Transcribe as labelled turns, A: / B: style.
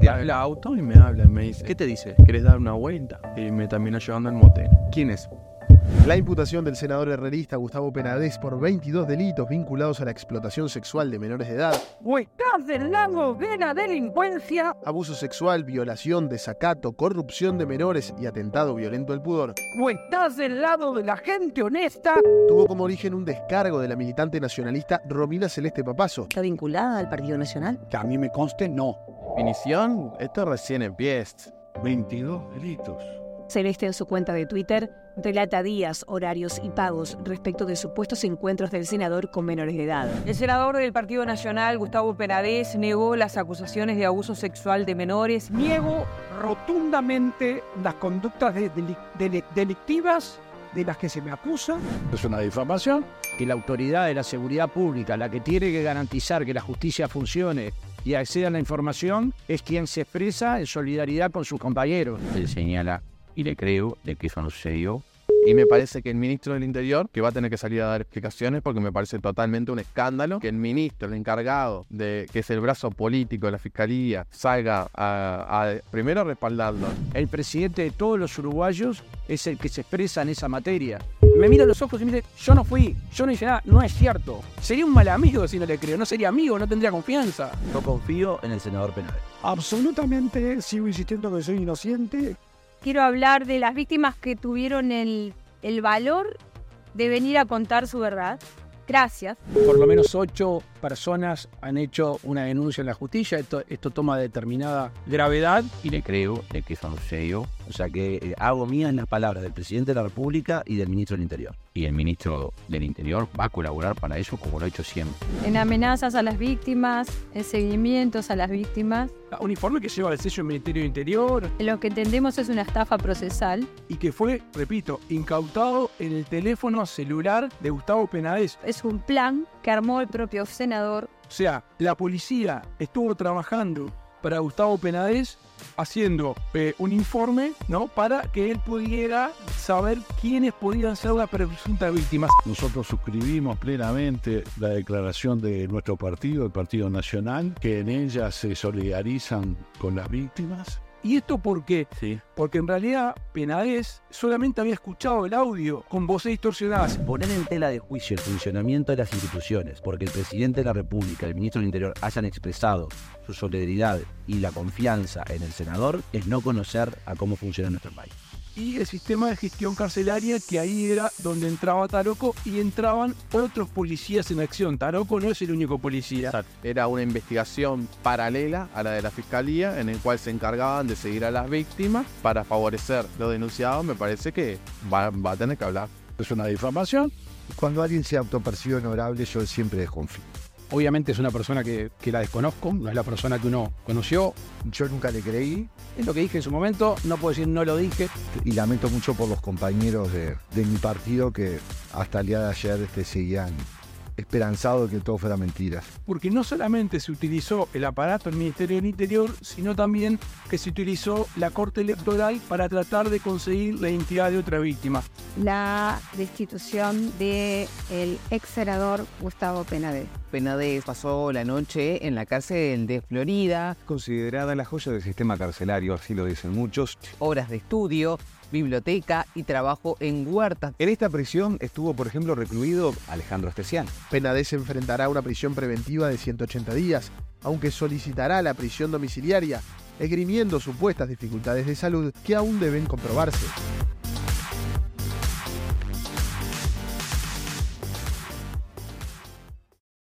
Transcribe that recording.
A: que habla auto y me habla y me dice, ¿qué te dice? ¿Querés dar una vuelta? Y me terminó llevando al motel. ¿Quién es?
B: La imputación del senador herrerista Gustavo Penades por 22 delitos vinculados a la explotación sexual de menores de edad,
C: o estás del lado de la delincuencia,
B: abuso sexual, violación, desacato, corrupción de menores y atentado violento al pudor,
C: o estás del lado de la gente honesta,
B: tuvo como origen un descargo de la militante nacionalista Romina Celeste Papazo,
D: ¿Está vinculada al Partido Nacional?
E: Que a mí me conste, no.
A: Definición, esto recién empieza.
F: 22 delitos.
D: Celeste en su cuenta de Twitter relata días, horarios y pagos respecto de supuestos encuentros del senador con menores de edad.
G: El senador del Partido Nacional, Gustavo Penades, negó las acusaciones de abuso sexual de menores.
C: niego rotundamente las conductas de- deli- dele- delictivas de las que se me acusa.
E: Es una difamación.
H: que la autoridad de la seguridad pública, la que tiene que garantizar que la justicia funcione y acceda a la información, es quien se expresa en solidaridad con sus compañeros.
I: Él señala y le creo de que eso no sucedió.
A: Y me parece que el ministro del Interior, que va a tener que salir a dar explicaciones porque me parece totalmente un escándalo, que el ministro, el encargado de que es el brazo político de la fiscalía, salga a, a- primero a respaldarlo.
H: El presidente de todos los uruguayos es el que se expresa en esa materia.
J: me mira a los ojos y me dice, yo no fui, yo no hice nada, no es cierto. Sería un mal amigo si no le creo, no sería amigo, no tendría confianza.
I: No confío en el senador Penal.
E: Absolutamente sigo insistiendo que soy inocente.
K: Quiero hablar de las víctimas que tuvieron el, el valor de venir a contar su verdad. Gracias.
J: Por lo menos ocho personas han hecho una denuncia en la justicia, esto, esto toma determinada gravedad.
I: Y le creo de que eso no sucedió. O sea que eh, hago mías las palabras del presidente de la República y del ministro del Interior. Y el ministro del Interior va a colaborar para eso como lo ha hecho siempre.
K: En amenazas a las víctimas, en seguimientos a las víctimas.
J: Un informe que lleva el sello del Ministerio del Interior
K: En lo que entendemos es una estafa procesal.
J: y que fue, repito, incautado en el teléfono celular de Gustavo Penades.
K: Es un plan que armó el propio senador.
J: O sea, la policía estuvo trabajando para Gustavo Penades haciendo eh, un informe, ¿no? Para que él pudiera saber quiénes podían ser las presuntas víctimas.
F: Nosotros suscribimos plenamente la declaración de nuestro partido, el Partido Nacional, que en ella se solidarizan con las víctimas.
J: ¿Y esto por qué?
I: Sí.
J: Porque en realidad Penades solamente había escuchado el audio con voces distorsionadas.
I: Poner en tela de juicio el funcionamiento de las instituciones, porque el presidente de la República, el ministro del Interior hayan expresado su solidaridad y la confianza en el senador, es no conocer a cómo funciona nuestro país.
J: Y el sistema de gestión carcelaria, que ahí era donde entraba Taroco y entraban otros policías en acción. Taroco no es el único policía.
A: Era una investigación paralela a la de la fiscalía, en el cual se encargaban de seguir a las víctimas para favorecer los denunciados. Me parece que va- va a tener que hablar.
E: Es una difamación.
L: Cuando alguien se autopercibe honorable, yo siempre desconfío.
E: Obviamente es una persona que, que la desconozco, no es la persona que uno conoció.
L: Yo nunca le creí
J: Es lo que dije en su momento, no puedo decir no lo dije.
L: y lamento mucho por los compañeros de, de mi partido que hasta el día de ayer este, seguían esperanzados de que todo fuera mentiras.
J: porque no solamente se utilizó el aparato del Ministerio del Interior, sino también que se utilizó la Corte Electoral para tratar de conseguir la identidad de otra víctima.
K: La destitución del el ex senador Gustavo Penade.
D: Penades pasó la noche en la cárcel de Florida,
L: Considerada la joya del sistema carcelario, así lo dicen muchos.
D: horas de estudio, biblioteca y trabajo en huertas.
L: En esta prisión estuvo, por ejemplo, recluido Alejandro Estecián.
B: Penades enfrentará una prisión preventiva de 180 días, aunque solicitará la prisión domiciliaria, esgrimiendo supuestas dificultades de salud que aún deben comprobarse.